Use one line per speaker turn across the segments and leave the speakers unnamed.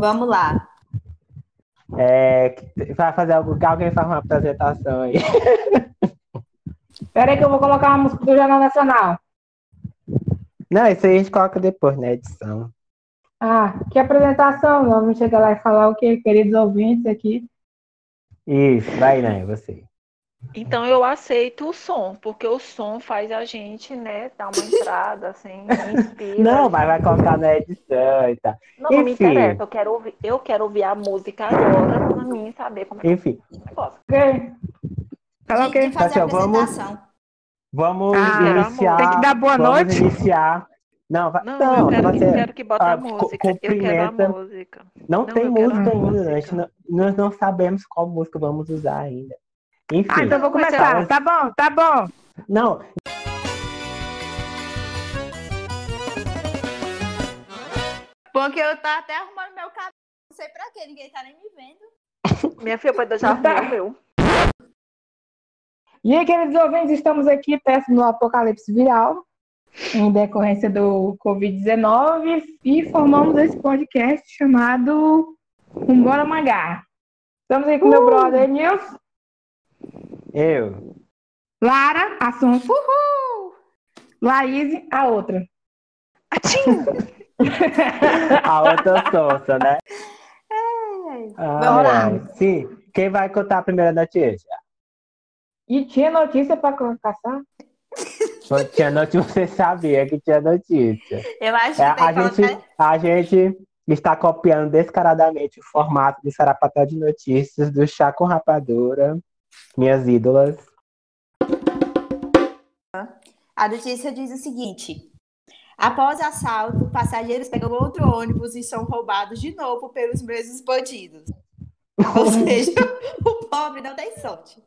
Vamos lá.
É, que- vai fazer algo, que alguém faz uma apresentação aí.
Peraí que eu vou colocar uma música do Jornal Nacional.
Não, isso aí a gente coloca depois na edição.
Ah, que apresentação. Vamos chegar lá e falar o quê, queridos ouvintes aqui.
Isso, vai, né, você.
Então eu aceito o som, porque o som faz a gente, né, dar uma entrada, assim, inspira.
Não, mas vai colocar na edição e tal.
Não, não me
Enfim.
interessa, eu quero ouvir, eu quero ouvir a música agora pra mim saber como é que
Enfim,
é o negócio.
Ok? Falar o
Tem
quê?
que fazer a
Tá, tchau, vamos.
apresentação.
vamos
Ah,
iniciar.
Tem que dar boa
vamos
noite.
iniciar. Não, vai-
Não,
não,
eu quero,
você-
eu quero que bota
ah,
a
co-
música. Eu quero
cumprimenta.
a música.
não,
não,
tem
eu quero
música
a
ainda.
música.
a gente não- nós não sabemos qual música vamos usar ainda. Enfim,
Ah, então eu vou
Mas
começar.
eu-
Tá bom, tá bom.
não,
Porque eu tô até arrumando meu cabelo. Não sei pra quê, ninguém tá nem me vendo.
Minha filha pode deixar
Tá.
o meu.
E aí, queridos ouvintes, estamos aqui perto do apocalipse viral, em decorrência do Covid-19, e formamos esse podcast chamado Umbora Mangá. Estamos aí com meu brother Nilson,
eu.
Lara, Assunto, Laís, a outra.
A outra sonsa, né?
É. Vamos
lá. Sim, quem vai contar a primeira notícia?
E tinha notícia para caçar?
Quando Tinha notícia, você sabia que tinha notícia.
Eu acho que
É,
tem
a,
que né? colocar.
gente, a gente está copiando descaradamente o formato do Sarapatel de Notícias, do Chá com Rapadura, minhas ídolas.
A notícia diz o seguinte: após assalto, passageiros pegam outro ônibus e são roubados de novo pelos mesmos bandidos. Ou seja, o pobre não tem sorte.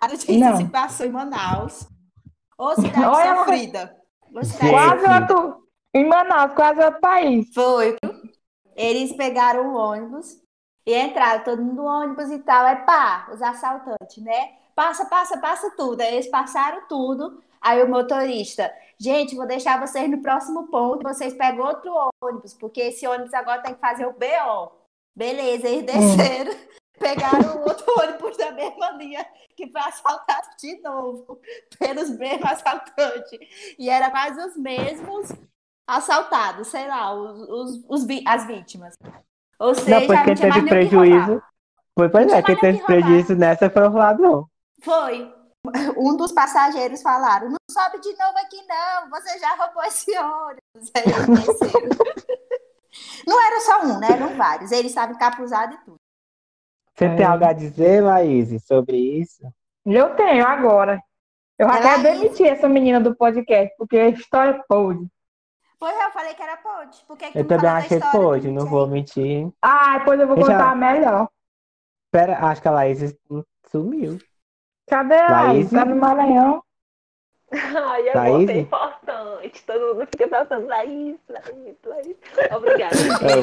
A notícia
Não.
se passou em Manaus, ou cidade
Olha,
sofrida. Ô, cidade
Gente.
Quase outro. Em Manaus, quase outro país.
Foi. Eles pegaram o ônibus e entraram todo mundo no ônibus e tal. É pá, os assaltantes, né? Passa, passa, passa tudo. Aí eles passaram tudo. Aí o motorista, gente, vou deixar vocês no próximo ponto. Vocês pegam outro ônibus, porque esse ônibus agora tem que fazer o BO. Beleza, eles desceram, pegaram o outro ônibus da mesma linha, que foi assaltado de novo, pelos mesmos assaltantes. E era quase os mesmos assaltados, sei lá, os, os, os vi- as vítimas. Ou seja,
Não, pois quem
não tinha mais
teve
nem o que roubar.
prejuízo. Foi, pois
Não tinha
é, quem
mais nem o
teve
que roubar.
prejuízo nessa foi o ladrão.
Foi. Um dos passageiros falaram: não sobe de novo aqui, não, você já roubou esse ônibus. Aí eles desceram. não era só um, né? Eram vários. Eles estavam encapuzados e tudo.
Você
É.
tem algo a dizer, Laís, sobre isso?
Eu tenho agora. Eu
Ela
até
é
demiti essa menina do podcast, porque a história é pode.
Pois é, eu falei que era pode. Por que que
Eu
não falou
também
um da
achei
história?
pode, não vou mentir.
Ah, depois eu vou
Deixa
contar melhor.
Pera, acho que a Laís sumiu.
Cadê ela?
Laís?
Tá no Maranhão.
Ai,
Tá
amor,
aí?
é importante. Todo mundo fica pensando, Laís, Laís, Laís. Obrigada.
Ô,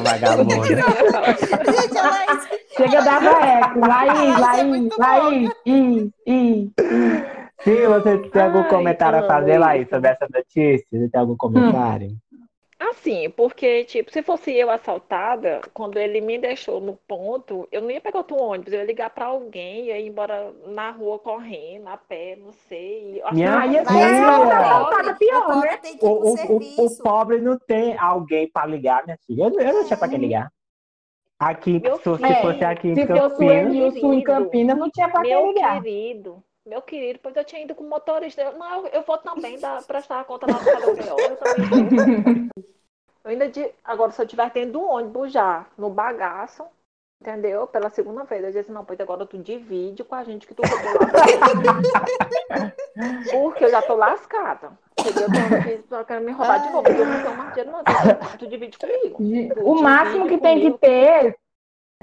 vagabundo.
Gente, ela
Chega da eco. Laís,
Laís é
Laís,
muito
Laís. Ih, ih.
Sim, você tem algum
Ai,
comentário a fazer,
Laís.
Laís, sobre essa notícia? Você tem
Hum.
algum comentário?
Assim, porque, tipo, se fosse eu assaltada, quando ele me deixou no ponto, eu não ia pegar outro ônibus, eu ia ligar pra alguém, ia ir embora na rua correndo, a pé, não sei. Eu acho que
Minha
não ia
Mas é
filha.
outra
é
volta,
pobre,
tá pior,
o pobre
né?
tem que
O,
ir pro
o, o, o
serviço.
pobre não tem alguém pra ligar, minha filha. Eu, eu não tinha pra quem ligar. Aqui,
Meu
se fosse,
filho.
se fosse aqui em
Se fosse o
Campinas.
Enilson em Campinas, não tinha pra quem
Meu
ligar.
querido, meu querido, pois eu tinha ido com o motorista. Eu, não, eu, eu vou também dar, prestar a conta na hora do BO, eu também vou. Eu ainda di- Agora, se eu estiver tendo um ônibus já no bagaço, entendeu? Pela segunda vez, eu disse, não, pois agora tu divide com a gente que tu roubou lá. Porque eu já tô lascada. Entendeu? Então, eu fiz, eu quero me roubar de novo. Eu não tenho mais dinheiro, não. então Tu- Tu divide comigo.
O máximo que tem que ter,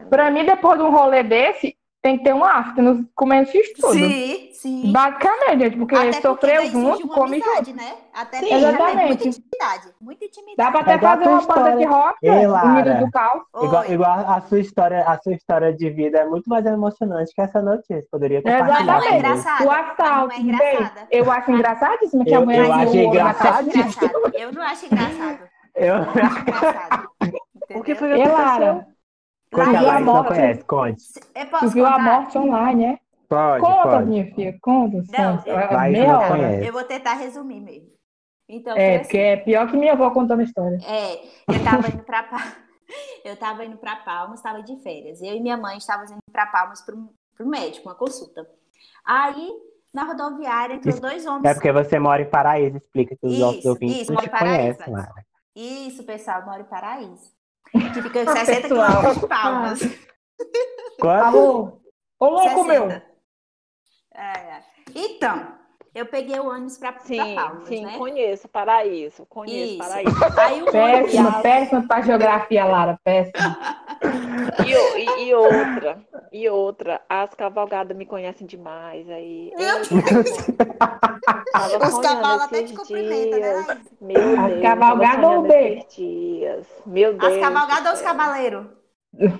pra mim, depois de um rolê desse, tem que ter um after, nos comendo isso tudo.
Sim, sim.
Basicamente, gente, porque
Até
sofreu
daí surge
junto,
uma
come junto.
amizade, né? Até
Sim,
porque já tem
exatamente.
muita intimidade. Muita
Dá
intimidade.
pra até
Mas É a
fazer uma
tua
banda de
história-
rock,
Ei,
né?
Lara.
Unidos do Caos.
Igual,
Oi. é
igual a sua história, a sua história de vida é muito mais emocionante que essa notícia. Poderia compartilhar.
Mas não é
Exatamente.
também.
engraçada.
O
Não
assalto,
é
bem,
engraçada.
eu acho engraçadíssimo que
Eu-
a
é
mulher
eu
viu
acho
o ouro na
Eu acho
engraçado.
cabeça.
engraçado. Eu não acho engraçado.
Eu-
Eu não acho engraçado.
O que
Entendeu?
foi que
Ei,
aconteceu?
Lara,
Conte
Lá
a
em
Laís, não
Amora.
conhece, conte.
Eu
Tu
posso
viu a
contar?
morte online, é?
Pode,
conta,
pode.
minha filha, conta.
Não,
conta.
eu-
É
Laís
meia
não
hora.
conhece.
Eu vou tentar resumir mesmo. Então, foi
É,
assim.
porque é pior que minha avó contando história.
É, eu tava indo pra Palmas, eu tava indo pra Palmas, tava de férias. Eu e minha mãe estávamos indo pra Palmas pro, pro médico, uma consulta. Aí, na rodoviária, entrou
Isso-
dois homens.
É porque você mora em Paraíso, explica que os
Isso,
nossos ouvintes
isso,
não
moro
te
em Paraíso,
conhecem,
Laís.
Lara.
Isso, pessoal, eu moro em Paraíso. Que fica
Ah,
60
pessoal.
quilômetros de Palmas.
Quando
Alô? Ô, louco
60.
meu!
É. Então, eu peguei o ônibus pra, pra
Sim,
Palmas,
sim,
né?
conheço, paraíso, conheço,
Isso.
paraíso.
Aí o
Péssima,
rodoviário.
péssima pra geografia, Lara, péssima.
E, o- e- e outra, e outra, as cavalgadas me conhecem demais aí.
Meu
Eita, tava
Os
sonhando
cavalos até te
esses
cumprimentam, né,
dias.
Laís?
Meu
As
Deus,
cavalgadas
tava
ou o
sonhando
beijo?
esses dias. Meu Deus.
As cavalgadas ou os
do céu.
cavaleiros?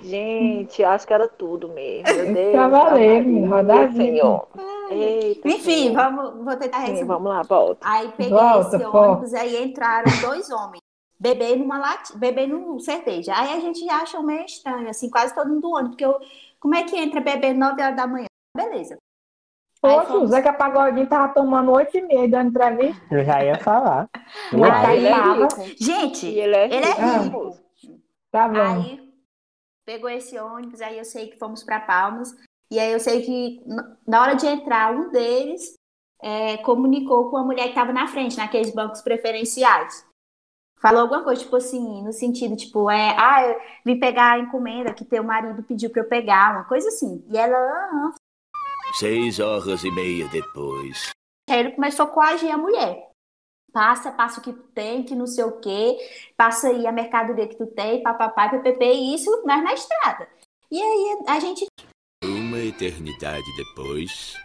Gente, acho que era tudo mesmo. Meu Deus.
Cavaleiro,
Maria,
rodadinho.
Senhor. Eita,
Hum. Enfim,
Senhor.
vamos, vou tentar
Sim,
resumir.
vamos lá, volta.
Aí peguei
Volta,
esse
pô.
ônibus, aí entraram dois homens, bebendo uma lati... bebendo um cerveja. Aí a gente acha meio estranho, assim, quase todo mundo do ônibus, porque eu... como é que entra bebendo 9 horas da manhã? Beleza. Aí
Poxa, o
fomos-
Zeca Pagodinho tava tomando 8 e meia dando entrevista.
eu já ia falar.
Mas
Uai.
aí-
Ele é
tava.
rico. E
Gente,
ele é
ele é
rico.
rico.
Tá bom.
Aí pegou esse ônibus, aí eu sei que fomos para Palmas, e aí eu sei que n- na hora de entrar, um deles é, comunicou com a mulher que estava na frente, naqueles bancos preferenciais. Falou alguma coisa, tipo assim, no sentido, tipo, é, ah, eu vim pegar a encomenda que teu marido pediu para eu pegar, uma coisa assim. E ela, ah, ah.
Seis horas e meia depois.
aí ele começou a coagir a mulher. Passa, passa o que tu tem, que não sei o quê, passa aí a mercadoria que tu tem, papapá, ppp, e isso, mas na estrada. E aí a gente
Uma eternidade depois.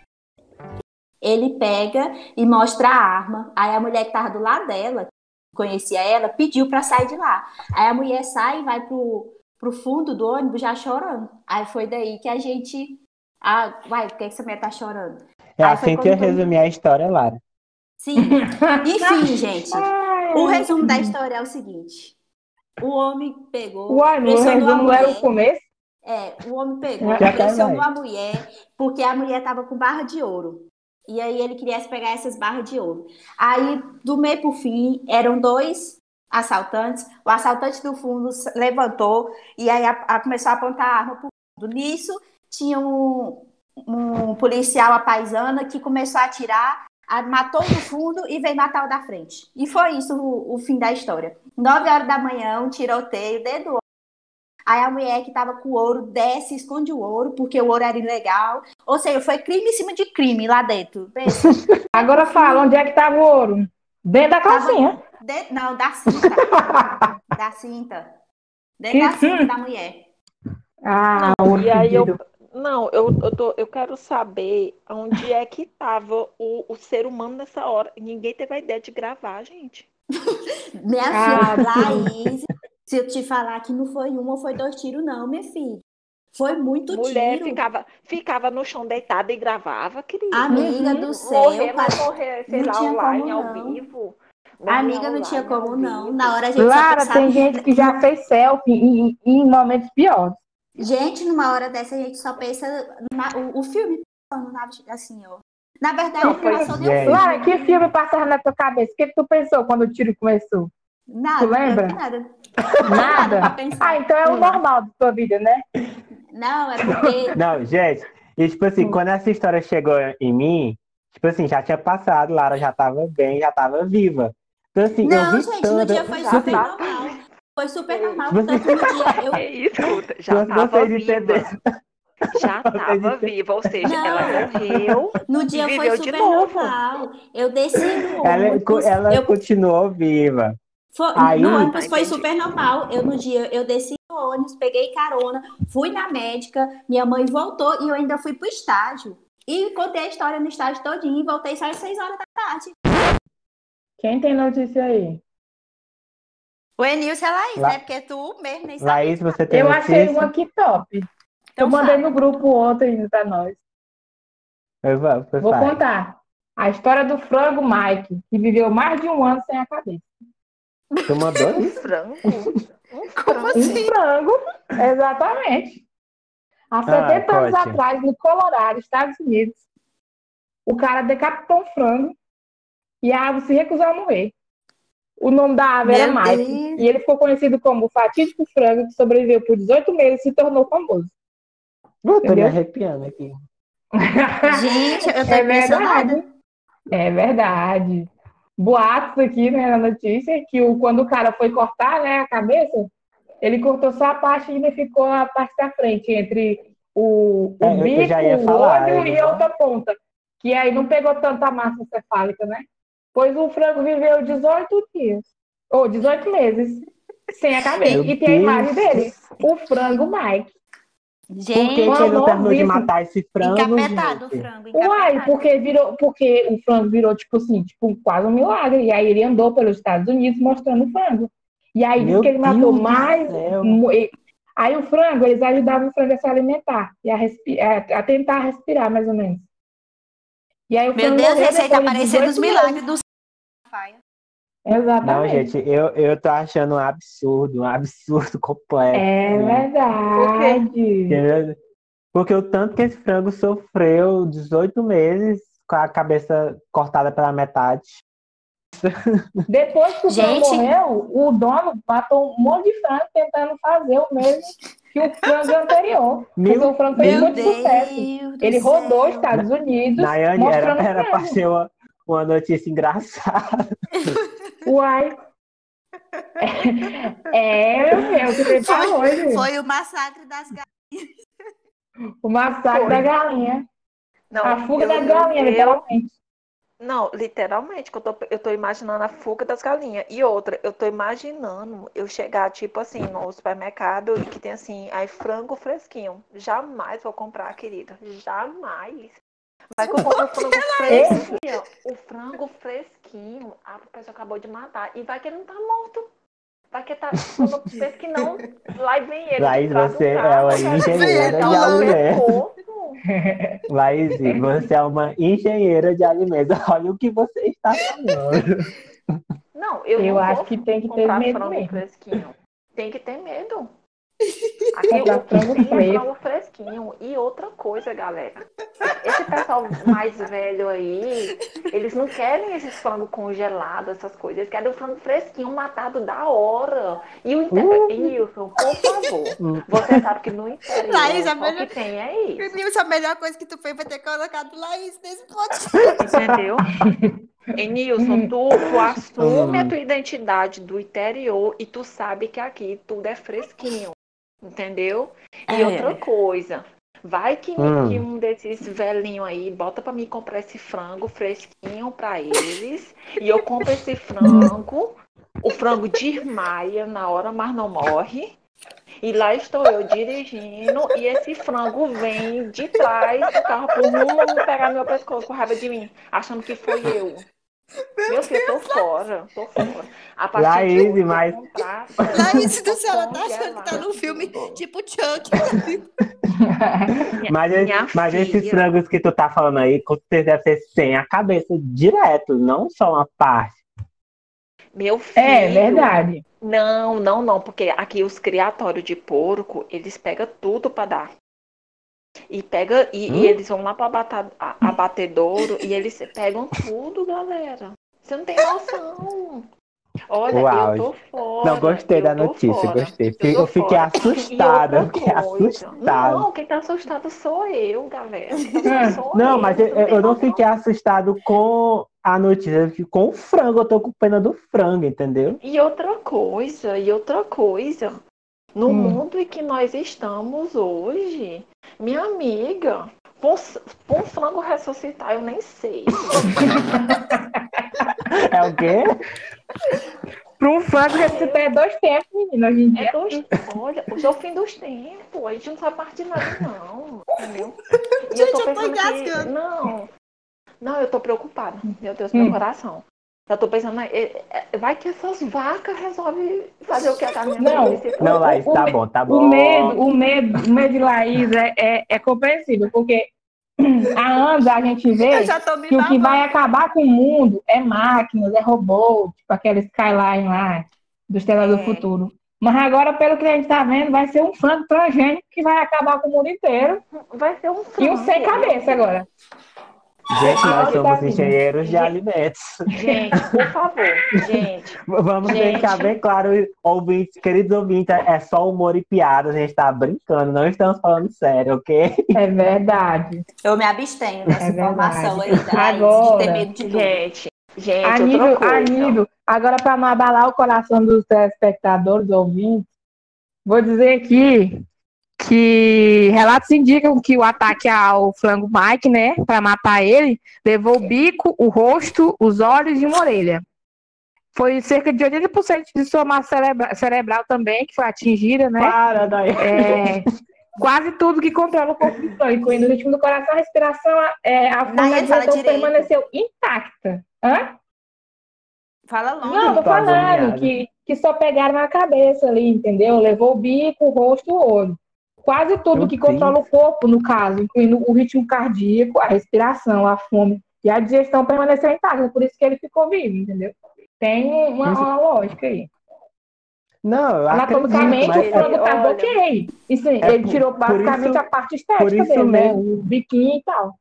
Ele pega e mostra a arma. Aí a mulher que tava do lado dela, que conhecia ela, pediu pra sair de lá. Aí a mulher sai e vai pro, pro fundo do ônibus já chorando. Aí foi daí que a gente. Ah, uai, por que que essa mulher tá chorando?
É
Aí
assim
foi
que eu
quando-
resumi a história, Lara.
Sim. Enfim, gente. O resumo da história é o seguinte: o homem pegou.
Uai, meu
pressionou a
resumo não era o
mulher.
começo?
É, o homem pegou,
Já tá
pressionou
mais.
a mulher, porque a mulher tava com barra de ouro. E aí ele queria pegar essas barras de ouro. Aí, do meio pro fim, eram dois assaltantes. O assaltante do fundo s- levantou e aí a- a- começou a apontar a arma pro fundo. Nisso, tinha um, um policial, a paisana, que começou a atirar, a- matou o do fundo e veio matar o da frente. E foi isso o, o fim da história. Nove horas da manhã, um tiroteio dentro do Aí a mulher que tava com o ouro desce, esconde o ouro, porque o ouro era ilegal. Ou seja, foi crime em cima de crime lá dentro. Pensa,
Agora fala, onde é que tava o ouro? Dentro da calcinha.
de- Não, da cinta. Da cinta. Dentro da cinta da mulher.
Ah, ouro
E aí eu.
pedido.
Não, eu, eu, tô, eu quero saber onde é que tava o, o ser humano nessa hora. Ninguém teve a ideia de gravar, gente.
Minha
Ah,
filha, Laís, se eu te falar que não foi um ou foi dois tiros, não, minha filha. Foi muito
Mulher
tiro.
ficava, ficava no chão deitada e gravava, querida.
Amiga
Uhum.
do céu.
Morrer, mas
quase-
morrer, sei
não
lá,
tinha
online,
como
ao
não.
vivo. Morrer
Amiga, não
online,
tinha
ao
como não.
vivo.
Na hora a gente só
Lara,
pensava-
tem gente que já fez selfie em, em- em momentos piores.
Gente, numa hora dessa, a gente só pensa na- o, o filme passando na, assim, ó. Na verdade,
Não,
não
foi-
passou
Gente.
nenhum
Lara, é. que filme passava na tua cabeça? O que, que tu pensou quando o tiro começou?
Nada,
Tu lembra?
Nada. pra
Nada?
pensar.
Ah, então é o normal da tua vida, né?
Não, é porque.
Não, gente, e tipo
Hum.
assim, quando essa história chegou em mim, tipo assim, já tinha passado, Lara já tava bem, já tava viva. Então assim, eu
Não,
vi
gente, no
tanto-
dia foi
já
super
tá.
normal. Foi super
Ei.
normal. Tanto no dia eu.
É, Escuta, já
Vocês
tava
é
viva.
entenderam.
Já tava viva, ou seja,
Não.
ela morreu.
No dia foi
Viveu de
super
novo.
normal. Eu desci no
Ela, é co-
ônibus.
ela
eu-
continuou viva.
foi-
aí-
no ônibus
Ah,
foi
entendi.
super normal. Eu no dia eu desci no ônibus, peguei carona, fui na médica, minha mãe voltou e eu ainda fui pro estágio. E contei a história no estágio todinho e voltei só às seis horas da tarde.
Quem tem notícia aí?
O Enilson é Laís,
La-
né? Porque tu mesmo nem sabe.
Laís, você tem
Eu achei
notícia?
um aqui top.
Então
Eu mandei
fala.
no grupo ontem pra nós.
Eu vou, você
Vou
fala.
contar. A história do frango Mike, que viveu mais de um ano sem a cabeça.
Tu mandou
Um
isso?
frango? Um
Como
Um
frango?
assim?
frango, exatamente. Há 70 anos
conte.
atrás, no Colorado, Estados Unidos, o cara decapitou um frango e a ave se recusou a morrer. O nome da ave era
Meu
Mike.
Deus.
E ele ficou conhecido como o fatídico frango que sobreviveu por 18 meses e se tornou famoso.
Eu tô me
Entendeu?
arrepiando aqui.
Gente, eu tô
É
impressionada.
verdade. É verdade. Boatos aqui, né, na notícia, que o, quando o cara foi cortar, né, a cabeça, ele cortou só a parte e ainda ficou a parte da frente, entre o, o
É, eu
bico,
já ia
o
falar,
olho
eu
e
já-
a outra ponta. Que aí não pegou tanta massa cefálica, né? Pois o frango viveu 18 dias, ou 18 meses, sem a cabeça.
Meu
E tem a imagem
Deus.
dele, o frango Mike.
Por que,
Gente,
que ele não terminou de
novíssimo.
matar esse frango,
encapetado o
gente?
frango.
Uai,
Encapetado.
porque virou, porque o frango virou, tipo assim, tipo, quase um milagre. E aí ele andou pelos Estados Unidos mostrando o frango. E aí diz
Meu
que ele
Deus
matou
do
mais.
céu.
mu- e- Aí o frango, eles ajudavam o frango a se alimentar e a, respi- a- a tentar respirar, mais ou menos. E aí o
Meu
frango
Deus,
morreu
receita
depois de
aparecendo
18
os milagres do
meses.
Não,
Exatamente.
gente, eu, eu tô achando um absurdo, um absurdo completo.
É verdade.
Entendeu? Porque o tanto que esse frango sofreu 18 meses com a cabeça cortada pela metade.
Depois que o frango
Gente.
morreu, o dono matou um monte de frango tentando fazer o mesmo que o frango anterior. Porque
Meu,
o frango fez
Meu
muito
Deus.
sucesso.
do
Ele rodou os
céu.
Estados Unidos
Nayane, era,
mostrando
era pra
frango.
ser uma, uma notícia engraçada.
Uai. É, meu, Deus, que você tá hoje.
Foi o massacre das galinhas.
O massacre
Foi.
da galinha.
Não,
a fuga
eu-
da galinha,
eu-
literalmente.
Não, literalmente, que eu tô, eu tô imaginando a fuga das galinhas. E outra, eu tô imaginando eu chegar, tipo assim, no supermercado e que tem assim, aí frango fresquinho. Jamais vou comprar, querida. Jamais. Vai que eu compro o frango fresquinho.
é
O frango fresquinho, a pessoa acabou de matar. E vai que ele não tá morto. Vai que tá. Quando eu penso que não, lá vem ele. de
Laís,
trás do
você
carro,
é uma
cara.
engenheira
Tá
de
lá,
alimentos.
corpo.
Laís, você é uma engenheira de alimentos. Olha o que você está falando.
Não, eu,
Eu
não
acho
vou
que tem que ter
comprar
medo
frango
mesmo.
fresquinho. Tem que ter medo. Aqui eu
Comprar frango
prefiro
fresco.
frango fresquinho. E outra coisa, galera. Esse pessoal mais velho aí, eles não querem esses frango congelado, essas coisas. Eles querem o frango fresquinho, matado da hora. E o
Uhum.
interior. Wilson, por favor. Você sabe que no interior
Laís, é
só o
melhor-
que tem é isso.
Nilson, a melhor coisa que tu fez foi ter colocado Laís nesse podcast.
Entendeu? E Nilson, tu, tu assume a tua identidade do interior e tu sabe que aqui tudo é fresquinho. Entendeu? E
É.
outra coisa, vai que,
Hum.
que um desses velhinho aí bota pra mim comprar esse frango fresquinho pra eles. e eu compro esse frango, o frango desmaia na hora, mas não morre. E lá estou eu dirigindo e esse frango vem de trás do carro por rumo pegar meu pescoço com raiva de mim, achando que foi eu. Meu filho, eu tô fora, tô fora. A partir
Laís,
de hoje, eu vou
mas-
comprar
Laís do céu, ela tá
congelado.
achando que tá num filme tipo Chuck.
Mas,
Minha
esse- mas esses
filha.
frangos que tu tá falando aí, com certeza deve ser sem a cabeça direto, não só uma parte.
Meu filho.
É verdade.
Não, não, não, porque aqui os criatórios de porco, eles pegam tudo pra dar. E pega e, e
Hum?
eles vão lá para abatedouro e eles pegam tudo, galera. Você não tem noção. Olha,
Uau.
eu tô fora.
Não, gostei
eu
da
tô
notícia,
fora,
gostei.
eu tô
Eu fiquei
fora.
assustada,
E
eu
outra
fiquei
coisa,
assustada.
Não, quem tá assustado sou eu, galera. Então, Sou
Não, mas eu,
você tem
eu não
noção.
fiquei assustado com a notícia, eu fiquei com o frango, eu tô com pena do frango, entendeu?
E outra coisa, e outra coisa. No
Hum.
mundo em que nós estamos hoje, minha amiga, com um frango ressuscitar, eu nem sei.
É o quê?
Para um frango ressuscitar é dois tempos, menina, hoje em
É
dia.
dois, olha, hoje é o fim dos tempos, a gente não sabe partir nada, não. Entendeu? E
Gente, eu tô
que.
engasgando.
Não, não, eu tô preocupada. Meu Deus, meu
Hum.
coração. Eu tô pensando, é, é, vai que essas vacas resolvem fazer o que é da minha
Não.
cabeça.
Não, Laís, tá bom, tá
O
bom.
medo, o medo, o medo de Laís é, é, é compreensível, porque há anos a gente vê.
Eu já tô me
que o que
babando.
vai acabar com o mundo é máquinas, é robô, tipo aquela Skyline lá, do Estrela do Futuro. Mas agora, pelo que a gente tá vendo, vai ser um frango transgênico que vai acabar com o mundo inteiro.
Vai ser um
E um sem cabeça agora.
Gente, nós
Olha,
somos
tá
engenheiros de
Gente.
alimentos.
Gente, por favor, gente.
Vamos
Gente.
deixar bem claro, ouvintes, queridos ouvintes, é só humor e piadas, a gente tá brincando, não estamos falando sério, ok?
É verdade.
Eu me abstenho dessa
É
informação aí, da Laís, de
verdade.
ter
Agora,
É.
medo de tudo.
Gente, gente,
Anido,
É, outra coisa.
Anido, agora para não abalar o coração dos telespectadores, dos ouvintes, vou dizer aqui que relatos indicam que o ataque ao flango Mike, né, para matar ele, levou o bico, o rosto, os olhos e uma orelha. Foi cerca de 80% de sua massa cerebra- cerebral também que foi atingida, né?
Para, daí.
É, quase tudo que controla o corpo humano, incluindo o ritmo do coração, a respiração, a- é, a forma
Nair,
de
fala
então
direito.
permaneceu intacta. Hã?
Fala longe.
Não, tô
Tá
falando
agoniado.
que, que só pegaram a cabeça ali, entendeu? Levou o bico, o rosto, o olho. Quase tudo
Meu
que controla o corpo, no caso, incluindo o ritmo cardíaco, a respiração, a fome e a digestão permaneceu intacta, por isso que ele ficou vivo, entendeu? Tem uma,
Isso-
uma lógica aí.
Não, eu acredito,
Anatomicamente,
mas
o frango
é,
tá
olha,
ok. E sim,
é
ele
por-
tirou
por
basicamente
isso-
a parte estética
por isso
dele, né?
mesmo.
O biquinho e tal.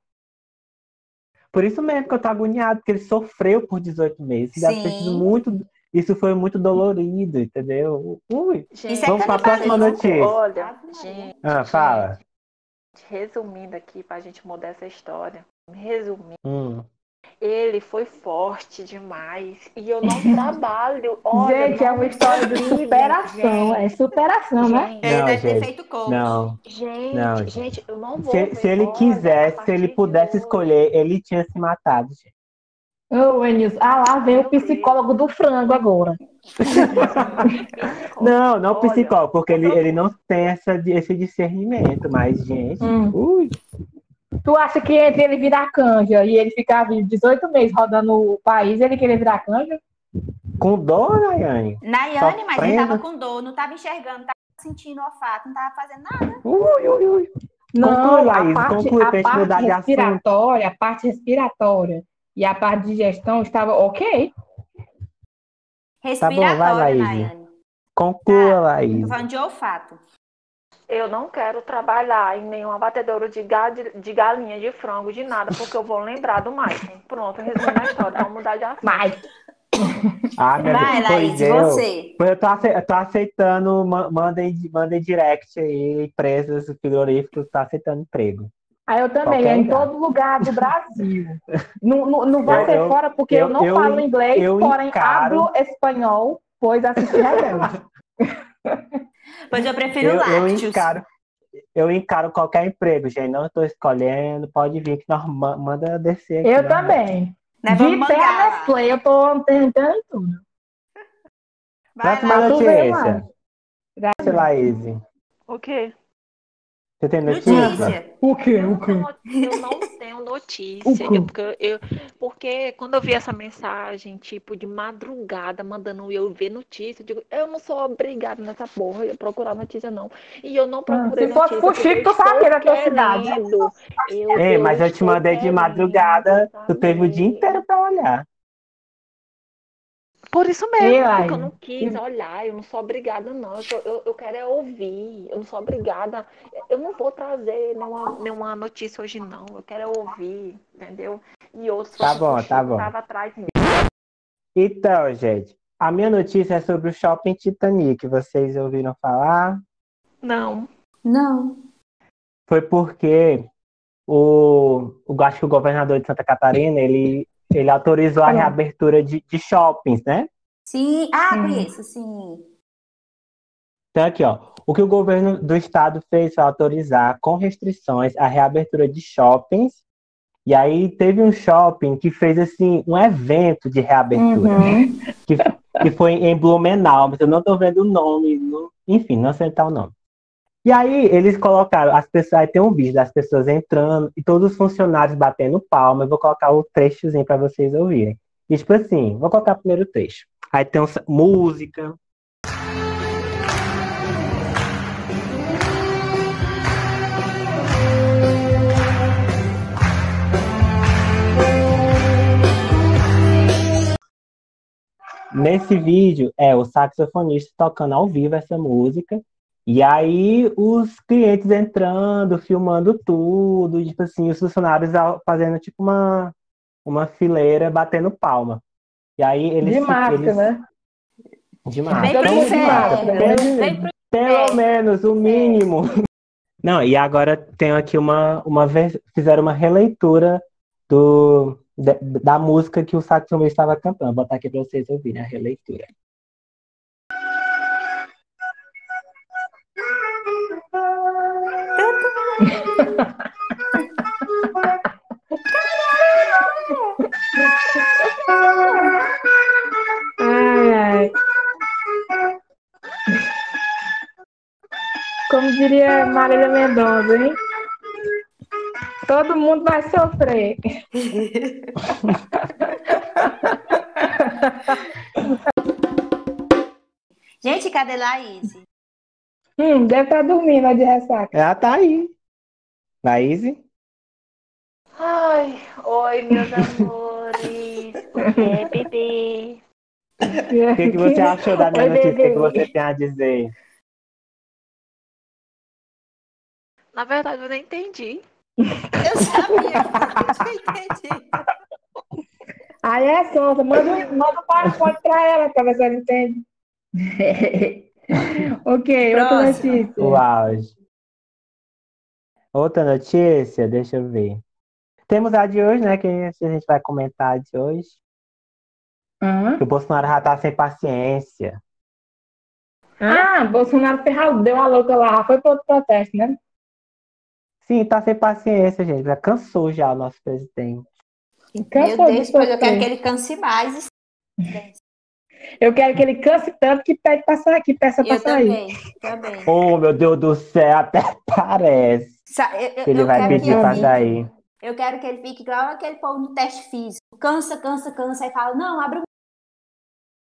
por isso mesmo que eu tô agoniado, porque ele sofreu por 18 meses, Isso deve ter
Sim.
sido muito, isso foi muito dolorido, entendeu? Ui,
Gente,
Isso é
vamos pra próxima
canibalismo.
notícia.
Olha, gente,
Ah, fala.
resumindo aqui pra gente mudar essa história. Resumindo,
Hum.
ele foi forte demais e eu não trabalho. Olha,
gente, é uma história de
incrível,
superação. É superação, né?
Gente,
Ele
Não,
deve ter
gente,
feito coach.
Não.
gente,
É. Não,
gente,
gente.
eu não vou.
Se,
ver,
se ele
olha, a
quisesse, se ele
partir de
pudesse
hoje.
escolher, ele tinha se matado, gente.
Ô, Enilson, ah lá vem o psicólogo do frango agora.
Não, não
Olha,
psicólogo, porque ele, ele não tem essa, esse discernimento, mas, gente.
Hum.
Ui,
Tu acha que entre ele virar canja e ele ficar vivo 18 meses rodando o país, ele querer virar canja?
com dor, Nayane.
Nayane, mas ele
Sofrendo.
tava com dor, não tava enxergando, não tava sentindo olfato, não tava fazendo
Tá
nada.
Ui, ui, ui.
Não,
Conclui, Laís,
a parte,
conclui,
a
pra gente
parte
mudar de assunto.
respiratória, a parte respiratória e a parte de digestão estava ok.
Tá bom, vai,
Respiratório,
Laís.
Nayane.
Conclua,
Tá.
Laís.
Tô falando de olfato.
Eu não quero trabalhar em nenhuma batedouro de, ga- de- de galinha, de frango, de nada, porque eu vou lembrar do Mike. Pronto, resumindo a história. Vamos mudar de assunto.
Mas
Ah, meu
Vai,
Deus,
Laís,
pois eu.
você.
Pois eu tô, ace- eu tô aceitando, ma- mandem, mandem direct aí, empresas, frigoríficos, tá aceitando emprego.
aí eu também,
Qualquer
é em
lugar.
todo lugar do Brasil. não, não, não vai
então. Eu-
ser
eu-
fora porque eu,
eu-
não
eu-
falo inglês,
eu
porém
encaro.
hablo espanhol, pois assisti Rebelde.
Pois eu prefiro
Eu, eu
lácteos.
encaro. Eu encaro qualquer emprego, gente. Não tô escolhendo. Pode vir que nós ma- manda descer. aqui,
Eu
nós-
também.
Né,
De
vamos
pé
mandar
a
lá.
Nestlé, eu tô tentando tudo.
Vai,
Próxima
Laís.
Mas tu vê,
notícia. Sei lá, Izzy.
O quê?
Você tem notícia?
Notícia.
O quê?
Eu
O quê?
não, eu não tenho notícia.
um O quê?
Eu- porque, eu- porque quando eu vi essa mensagem, tipo, de madrugada, mandando eu ver notícia, eu digo, eu não sou obrigada nessa porra a procurar notícia, não. E eu
Ah,
não procurei
se fosse
notícia.
pro Chico,
porque
tu
eu
sabia
estou
da tua cidade.
querendo. Eu-
Ei, mas eu te
estou
mandei de
querendo
madrugada. Tu teve o dia
saber.
inteiro pra olhar.
Por isso
Ei,
mesmo,
Laís.
porque eu não quis olhar, eu não sou obrigada, não. Eu, sou- eu, eu quero é ouvir, eu não sou obrigada. Eu não vou trazer nenhuma, nenhuma notícia hoje, não. Eu quero é ouvir, entendeu? E outros
Tá bom, tá bom.
Tava atrás de mim.
Então, gente, a minha notícia é sobre o shopping Titanic. Vocês ouviram falar?
Não.
Não.
Foi porque o, eu acho que o governador de Santa Catarina ele, ele autorizou a
Hum.
reabertura de, de shoppings, né?
Sim. Ah,
Hum.
conheço, sim.
Então, aqui, ó. O que o governo do estado fez foi autorizar, com restrições, a reabertura de shoppings. E aí teve um shopping que fez, assim, um evento de reabertura, né? que, que foi em Blumenau, mas eu não tô vendo o nome, não- enfim, não sei tal nome. E aí eles colocaram, as pessoas, aí tem um vídeo das pessoas entrando e todos os funcionários batendo palma. Eu vou colocar o trechozinho para vocês ouvirem. E tipo assim, vou colocar primeiro o trecho. Aí tem um sa- música, Nesse vídeo é o saxofonista tocando ao vivo essa música. E aí os clientes entrando, filmando tudo, e, tipo assim, os funcionários ao- fazendo tipo uma, uma fileira batendo palma. E aí eles
De máscara,
eles-
né?
de máscara.
Vem pro
Todo mundo de
inferno,
máscara. Pelo-
Vem pro
Pelo menos, o mínimo. Não, e agora tem aqui uma, uma vez, fizeram uma releitura do, da, da música que o saxofonista estava cantando. Vou botar aqui pra vocês ouvirem a releitura.
Ai, ai. Como diria Marília Mendonça, hein? Todo mundo vai sofrer.
Gente, cadê Laís?
Hum, deve estar dormindo a de ressaca.
Ela tá aí. Laís?
Ai, oi, meus amores. Oi, bebê.
É,
O que, que você achou da minha
Oi,
notícia? O que,
bebê.
que você tem a dizer?
Na verdade, eu nem entendi.
Eu sabia, eu entendi.
Aí é sonsa. Manda, um- manda um PowerPoint pra ela, pra ver se ela entende. ok, outra
Próximo.
notícia.
O auge. Outra notícia, deixa eu ver. Temos a de hoje, né? Que a gente vai comentar a de hoje.
Hã?
Que o Bolsonaro já tá sem paciência.
Ah, Bolsonaro ferrado, deu a louca lá, foi pro outro protesto, né?
Sim, tá sem paciência, gente. Já cansou já o nosso presidente.
Meu
Cansou
Deus,
de
pois eu quero
sofrer.
que ele canse mais.
Eu quero que ele canse tanto que pede pra sair, que peça pra
Eu
sair.
também, também.
Oh, meu Deus do céu, até parece
Sa- eu- eu-
que ele
eu
vai
quero que
pedir pra
fique-
sair.
Eu quero que ele fique igual aquele povo no teste físico. Cansa, cansa, cansa. Aí fala, não, abre o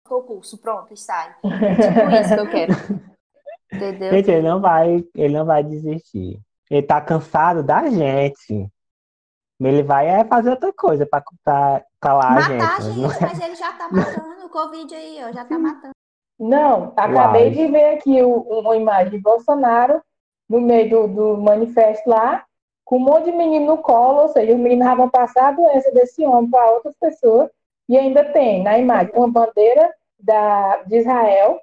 concurso, pronto, e sai. Tipo isso que eu quero. Entendeu?
Gente, ele não vai, ele não vai desistir. Ele tá cansado da gente. Ele vai é fazer outra coisa pra pra calar
Matar
a
a
gente.
gente,
Não-
mas ele já tá matando o Covid aí, ó. Já tá matando.
Não, acabei de ver aqui o- uma imagem de Bolsonaro no meio do, do manifesto lá, com um monte de menino no colo, ou seja, os meninos já vão passar a doença desse homem para outras pessoas, e ainda tem na imagem uma bandeira da, de Israel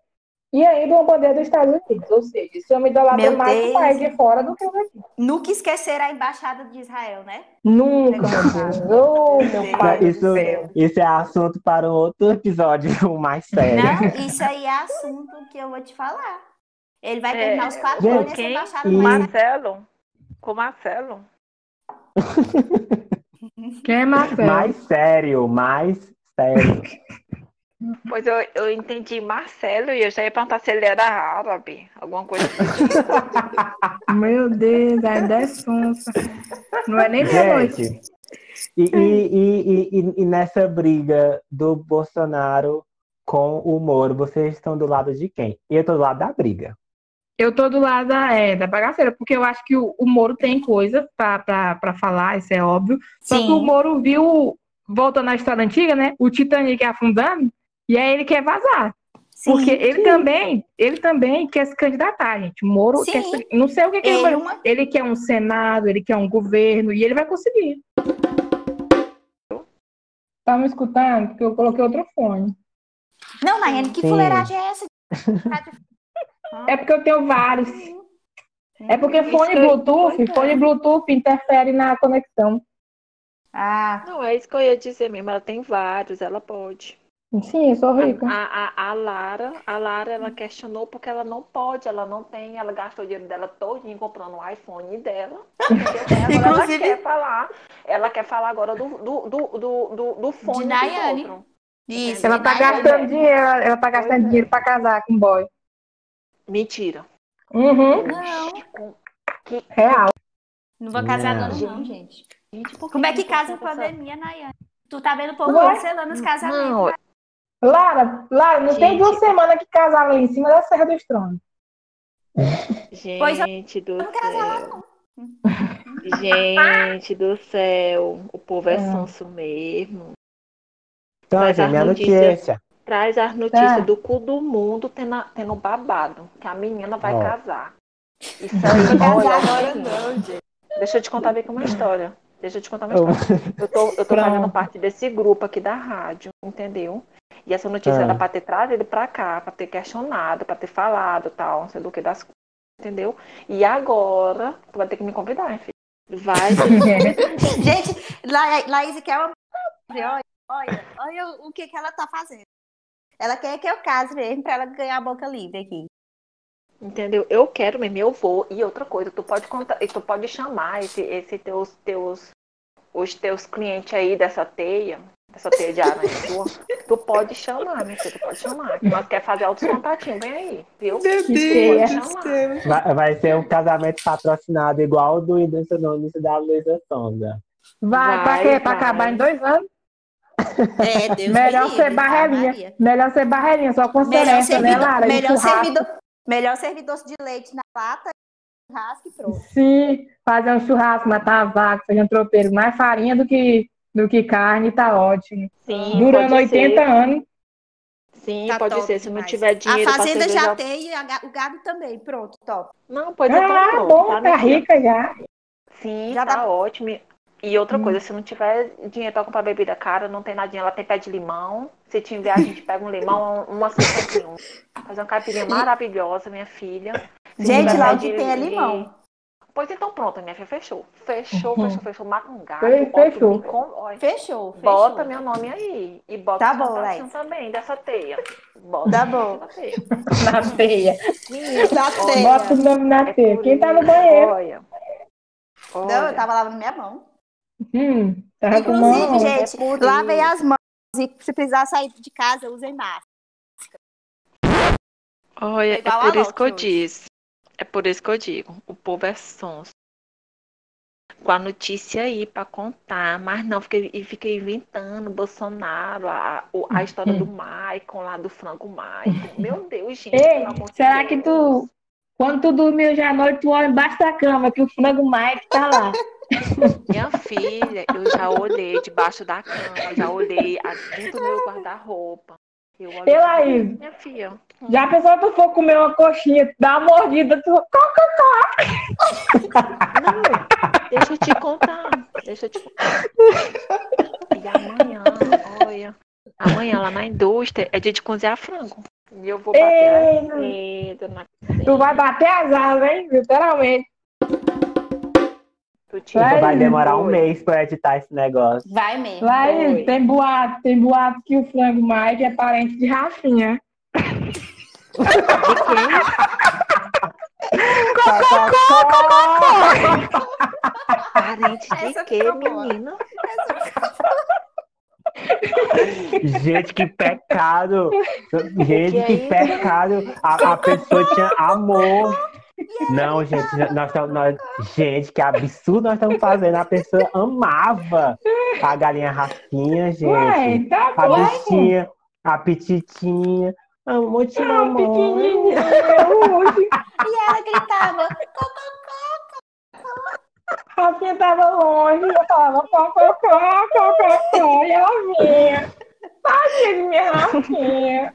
e ainda uma bandeira dos Estados Unidos, ou seja, esse homem idolatra
Meu
mais o
Deus.
país de fora do que o daqui.
Nunca esquecer a embaixada de Israel, né?
Nunca, meu Deus. Ô,
Não,
meu pai do
Isso,
céu.
isso é assunto para um outro episódio mais sério.
Não, isso aí é assunto que eu vou te falar. Ele vai
É,
terminar os quatro
gente,
anos nessa
quem-
embaixada
e-
de Israel.
tá Marcelo. Com Marcelo.
Quem é Marcelo?
Mais sério, mais sério.
Pois eu, eu entendi Marcelo e eu já ia perguntar se ele era árabe. Alguma coisa assim.
Meu Deus, ainda é sonsa. Não é nem meia-noite.
Gente, e, e- e- e- e- e nessa briga do Bolsonaro com o Moro, vocês estão do lado de quem? Eu tô do lado da briga.
Eu tô do lado da, é, da bagaceira, porque eu acho que o, o Moro tem coisa pra, pra, pra falar, isso é óbvio. Só que o Moro viu, voltando à história antiga, né? O Titanic afundando, e aí ele quer vazar.
Sim.
porque ele também, ele também quer se candidatar, gente. O Moro
Sim.
quer se- Não sei o que, que ele
Ele
vai.
uma-
Ele quer um Senado, ele quer um governo, e ele vai conseguir. Tá me escutando? Porque eu coloquei outro fone.
Não, Nayane, que
Sim.
fuleiragem é essa?
É porque eu tenho vários. É porque fone
Isso aí.
Bluetooth, fone Bluetooth interfere na conexão.
Ah,
Não, é isso que eu ia dizer mesmo. Ela tem vários, ela pode.
Sim, eu sou rica.
A, a, a Lara, a Lara, ela questionou porque ela não pode, ela não tem, ela gastou o dinheiro dela todinho comprando o iPhone dela. entendeu? Agora
Inclusive-
ela quer falar. Ela quer falar agora do, do, do, do, do, do fone do
Nayane.
outro.
isso.
Ela tá
Nayane.
gastando dinheiro, ela tá gastando
é.
dinheiro pra casar com boy.
Mentira.
Uhum,
Não,
real.
não vou casar
Não.
não, não, gente.
Gente, por que
Como é que
você
casa em
pensa-
pandemia, Nayane? Tu tá vendo o povo
Ué?
cancelando os casamentos.
Não,
Lara, Lara, não tem
Gente.
duas semanas que casaram ali em cima da Serra do Estrondo.
né? Pois eu-
gente do
não quero casar,
céu. Gente do céu. O povo é
É.
sonso mesmo.
Então,
Mas
gente, Então, assim,
as
minha
notícias-
notícia.
Traz as notícias
É.
Tá.
do cu do mundo tendo, a- tendo um babado. Que a menina vai
Ó.
casar. Isso
Vai
é
casar
olha,
agora não, gente.
Deixa eu te contar bem que é uma história. Deixa eu te contar uma
Eu-
história. Eu tô, eu tô
Pronto.
fazendo parte desse grupo aqui da rádio, entendeu? E essa notícia
Ah.
era pra ter trazido pra cá, pra ter questionado, pra ter falado tal, não sei do que das coisas, entendeu? E agora, tu vai ter que me convidar, hein, filho? Vai,
Gente, La- Laís quer uma. Olha, olha, olha o que, que ela tá fazendo. Ela quer que eu case mesmo pra ela ganhar a boca livre aqui.
entendeu? Eu quero mesmo, eu vou. E outra coisa, tu pode contar, e tu pode chamar esse, esse teus, teus, os teus clientes aí dessa teia, dessa teia de aranha sua, tu pode chamar, meu filho, tu pode chamar. Que nós quer fazer altos contatinhos, vem aí, viu?
Meu
feia.
Deus do céu.
Vai, vai ser um casamento patrocinado igual o do início da Luísa Sonda.
Vai, pra
Vai,
quê? Pra
vai.
acabar em dois anos?
É, Deus
Melhor
me livre,
ser
tá,
barreirinha.
Maria?
Melhor ser barreirinha, só com
Melhor
seresta, né,
servir,
Lara? De
melhor,
churrasco.
servir doce- melhor servir doce de leite na lata, churrasco e pronto.
Sim, fazer um churrasco, matar a vaca, feijão tropeiro, mais farinha do que, do que carne, tá ótimo.
Sim,
Durando
pode ser.
80 anos.
Sim,
Tá
pode
top
ser. Se não
demais.
tiver dinheiro
a
pra
fazenda
cerveja-
já tem e a ga- o gado também. Pronto, top.
Não, pois então
Ah,
pronto,
bom, tá
no dia.
rica já.
Sim,
Já
tá
tá-
ótimo. E outra
Hum.
coisa, se não tiver dinheiro pra comprar bebida cara, não tem nadinha, ela tem pé de limão. Se tiver, a gente pega um limão, uma cervejinha. Fazer uma caipirinha maravilhosa, minha filha. Se
Gente,
tiver
lá
pé
o que
de-
tem é
de-
limão.
Pois então pronto, minha filha, fechou. Fechou,
Uhum.
fechou, fechou. um Macungá.
Fe- fechou.
Fechou, fechou.
Bota meu nome aí. E bota
Tá
o
bom,
cantatinho
Lex.
também, dessa teia. Bota
Tá
o
bom.
dessa teia.
Na feia.
Menina,
Tá
olha,
certo.
é. Bota o nome na
é
feia.
por
Quem tá
isso,
no banheiro?
Olha.
Não,
Olha.
eu tava lavando minha mão.
Hum, tá com
Inclusive,
mão.
gente,
é por
lavem
isso.
as mãos e se precisar sair de casa, usem máscara.
Olha,
É
é,
igual a
por isso
Loki
que eu
hoje.
disse. É por isso que eu digo. O povo é sonso. Com a notícia aí pra contar, mas não, fiquei, e fiquei inventando Bolsonaro, a, o- a história do Maicon lá, do frango Maicon. Meu Deus, gente,
Ei,
pelo amor de
será
Deus.
que tu, quando tu dormiu já à noite, tu olha embaixo da cama, que o frango Mike tá lá.
Minha filha, eu já olhei debaixo da cama, já olhei assim do meu guarda-roupa. Eu olho
Ei,
e
Laís.
minha filha,
Já pensou que tu for comer uma coxinha, tu dá uma mordida, tu...
Não, deixa eu te contar. Deixa eu te contar. E amanhã, olha. Amanhã lá na indústria é dia de cozinhar frango. E eu vou bater
Ei,
a cedo na
tu vai bater as asas, hein? Literalmente.
tu te-
Vai,
Vai demorar um
doido.
mês pra editar esse negócio.
Vai mesmo.
Laís,
Oi.
tem boato, tem boato que o frango Mike é parente de Rafinha.
Parente de
Essa
quê,
ficou boa.
menina?
Gente, que pecado! Gente,
é
que,
isso?
pecado! A, a pessoa tinha amor. Não, gente, nós estamos. Nós, gente, que absurdo nós estamos fazendo. A pessoa amava a galinha Rafinha, gente.
Ué, tá
a
bom.
bichinha, a petitinha. Amor, te
Ah,
amor.
pequenininha.
E ela gritava,
Rafinha Assim, tava longe, eu falava cococó, cococó, e ela vinha. Tadinha de minha Rafinha.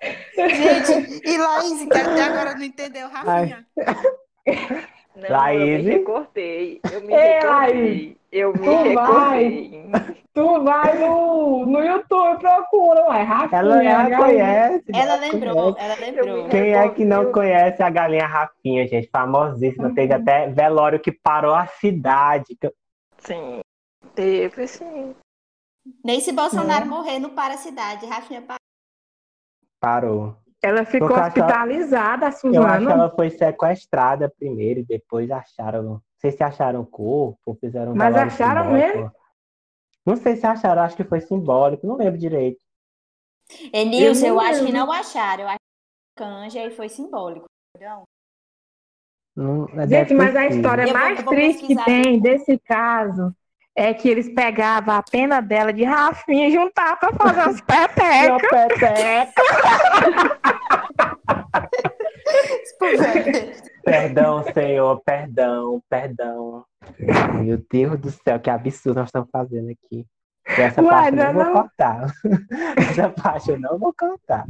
gente, e Laís, que até agora não entendeu, Rafinha.
Não,
Laís.
eu me recordei. Eu me
Ei, Laís.
recordei. Eu me
Tu vai.
recordei.
Tu vai no, no YouTube, procura, ué, Rafinha.
Ela
galinha.
já conhece.
Ela
já
lembrou, ela lembrou.
Quem é que não conhece a galinha Rafinha, gente? Famosíssima. Teve
Uhum.
até velório que parou a cidade.
Sim. Teve sim.
Nem se Bolsonaro morrer, não para a cidade. Rafinha para.
Parou.
Ela
Eu
ficou
acho que ela-
hospitalizada,
Eu
a
acho que
Suzana.
ela foi sequestrada primeiro e depois acharam. Não sei se acharam o corpo ou fizeram um
Mas
velório
acharam
simbólico. Não sei se acharam, acho que foi simbólico, não lembro direito.
Enilson, né? eu
Eu não
acho que
lembro.
não acharam. Eu acho que é canja e foi simbólico. Não.
Não- é
Gente,
deve
mas
ter
a
sido.
história
Eu vou-
mais
eu vou
triste que
pesquisar
tem desse caso é que eles pegavam a pena dela de Rafinha e juntavam pra fazer uns
Meu tá
petecas.
peteca. Perdão, Senhor, perdão, perdão. Meu Deus do céu, que absurdo nós estamos fazendo aqui. E essa
Ué,
parte
não
eu
é
não vou
não?
cortar. Essa parte eu não vou cortar.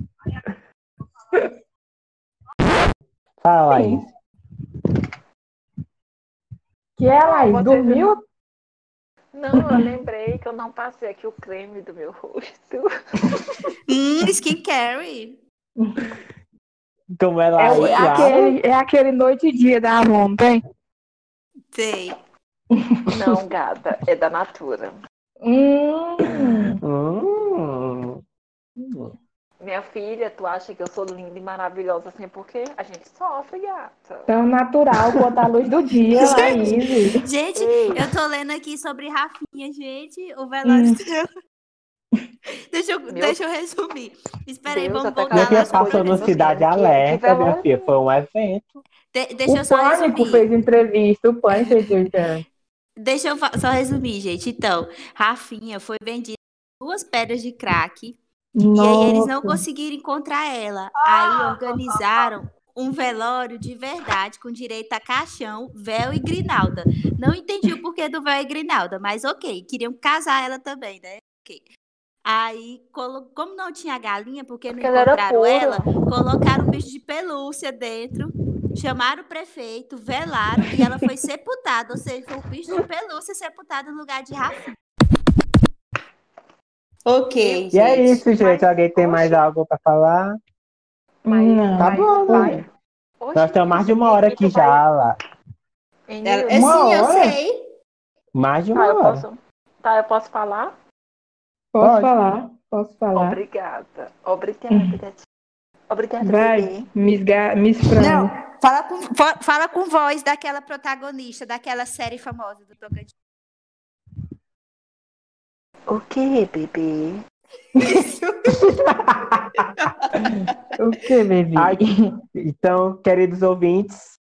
Fala,
Sim.
Laís.
Que ela aí,
Vocês-
dormiu?
Não, eu lembrei que eu não passei aqui o creme do meu rosto.
Hum, skincare.
Como é
É, o-
Laís?
é
Laís?
aquele, é aquele noite e dia da Avon, não tem?
Sei.
Não, gata, é da Natura.
Hum,
Ah, Hum. Hum.
Minha filha, tu acha que eu sou linda e maravilhosa assim porque a gente sofre, gata.
tão natural quanto a luz do dia, Laís.
Gente,
Ei.
eu tô lendo aqui sobre Rafinha, gente. O Velociraptor. deixa, eu,
Meu-
deixa eu resumir. Espera aí,
Deus,
vamos
até
voltar
Meu
que
lá.
filho
as coisas
passou no
né?
assim,
Cidade
que- que
Alerta,
velório.
minha filha. Foi um evento.
De- deixa eu
O
só
Pânico
resumir.
fez entrevista, o Pânico fez entrevista.
Deixa eu fa- só resumir, gente. Então, Rafinha foi vendida duas pedras de crack e aí eles não conseguiram encontrar ela. Aí organizaram um velório de verdade com direito a caixão, véu e grinalda. Não entendi o porquê do véu e grinalda, mas ok, queriam casar ela também, né? Ok. Aí, colo- como não tinha galinha, porque não
Porque ela era
encontraram
pura.
ela, colocaram um bicho de pelúcia dentro, chamaram o prefeito, velaram e ela foi sepultada. Ou seja, foi um bicho de pelúcia sepultado no lugar de Rafinha.
Ok,
E é
gente.
isso, gente. Alguém tem mais algo pra falar?
Não,
Tá bom,
vai.
né? Nós estamos mais de uma hora aqui já, lá.
Ela- é,
Ela...
assim,
Uma
sim, eu
hora?
sei.
Mais de
Tá,
uma
eu
hora.
posso... tá, eu posso falar?
Posso
Pode.
falar? Posso falar?
Obrigada.
Hum.
Obrigada. Obrigada,
Vai.
bebê.
Miss, Ga... Miss Fran.
Não,
Fala com, fa- fala com voz daquela protagonista, daquela série famosa do Tocantins.
O que, bebê?
O que, bebê?
Ai, então, queridos ouvintes,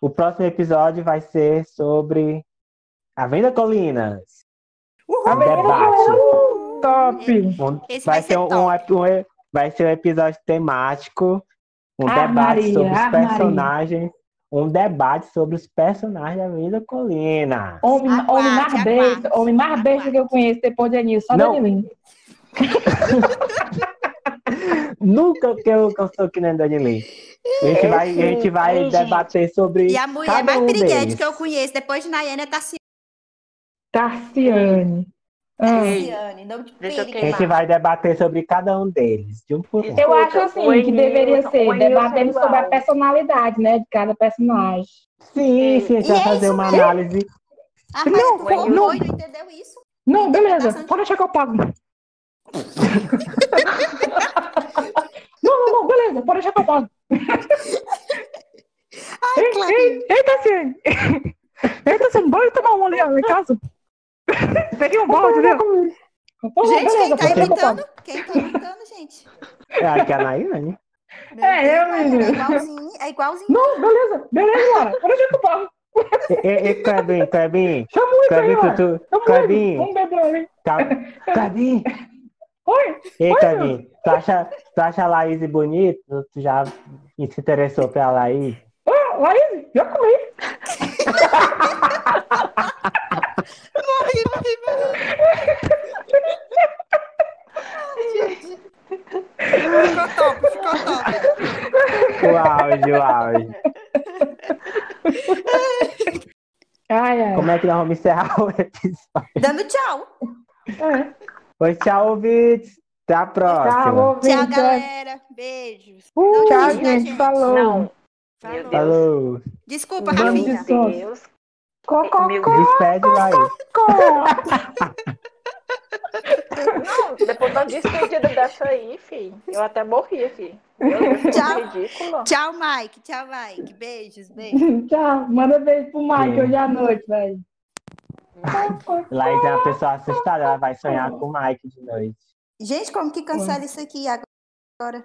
o próximo episódio vai ser sobre a venda Colinas. Um debate.
Top!
Um-
Esse
vai,
vai
ser
ser
um, um ep- vai ser um episódio temático, um
Ah,
debate
Maria,
sobre os
ah,
personagens, um debate sobre os personagens da Venda Colinas.
Homem,
Aguarde,
homem mais
aguarde.
besta, homem mais besta que eu conheço depois de Anil, só
Não.
Danilinho.
Nunca que eu, que eu sou que nem Danilin. A gente vai, a gente vai
Ei, gente.
debater sobre
E a mulher
tá
Cada
mais
um
brigante
deles.
que eu conheço, depois de Nayane, tá se
Tarciane. Ah,
Luciane, não te
Deixa eu
A gente
tá?
perigo.
queimar.
vai debater sobre cada um deles, de um por um.
Isso.
eu acho
Escuta,
assim
o
que
Enil-
deveria
o
ser
Enil
debatendo
sexual.
sobre a personalidade, né, de cada personagem.
Sim, sim, a gente
E
vai
é
fazer
isso
uma análise.
Ah,
Não,
mas tu
não.
não. não entendeu isso?
Não, beleza,
Bastante.
pode deixar que eu pago. não, não, não, beleza, pode deixar que eu pago. ei, ei, ei, Tarciane. Ei, Tarciane, bora tomar um ali ó, em casa. Peguei um balde, né? Pô,
gente,
beleza,
quem tá
pode deixar que eu pago.
imitando? Quem tá imitando, gente?
É a que é a Nayane.
Meu
É,
Deus, cara, É
eu, menina.
igualzinho, é igualzinho.
Não, beleza, beleza, bora. Pode deixar que eu pago.
E, e, e Clebin, Clebin,
Chama o Enio aí,
Clebin,
mano.
tu, tu,
Tamo
Clebin,
junto, Vamos beber ali.
Cal- Clebin,
Oi?
ei,
Oi,
Clebin, tu acha, tu acha a Laís bonita? Tu já se interessou pela Laís?
Ah, Laís, já comi.
Ficou top, ficou top.
O auge, o auge.
Ai, ai.
Como é que nós vamos encerrar o episódio?
Dando tchau.
É.
Oi, tchau, ouvintes. Até a
Tá,
próxima.
vou
Tchau,
ver.
galera. Beijos.
Uh,
Não
Tchau,
desista,
gente.
gente.
Falou.
Não,
Falou.
Deus.
Falou.
Desculpa,
Vamos
Rafinha.
de som.
Deus.
Cococó.
Despede, Laís.
Não, depois da despedida dessa aí, filho, eu até morri aqui. Meu Deus, que
Tchau.
ridículo.
Tchau, Mike. Tchau, Mike. Beijos, beijos.
Tchau. Manda beijo pro Mike
Sim.
hoje à noite, velho.
Laís é uma pessoa assustada, ela vai sonhar com o Mike de noite.
Gente, como que cancela isso aqui agora?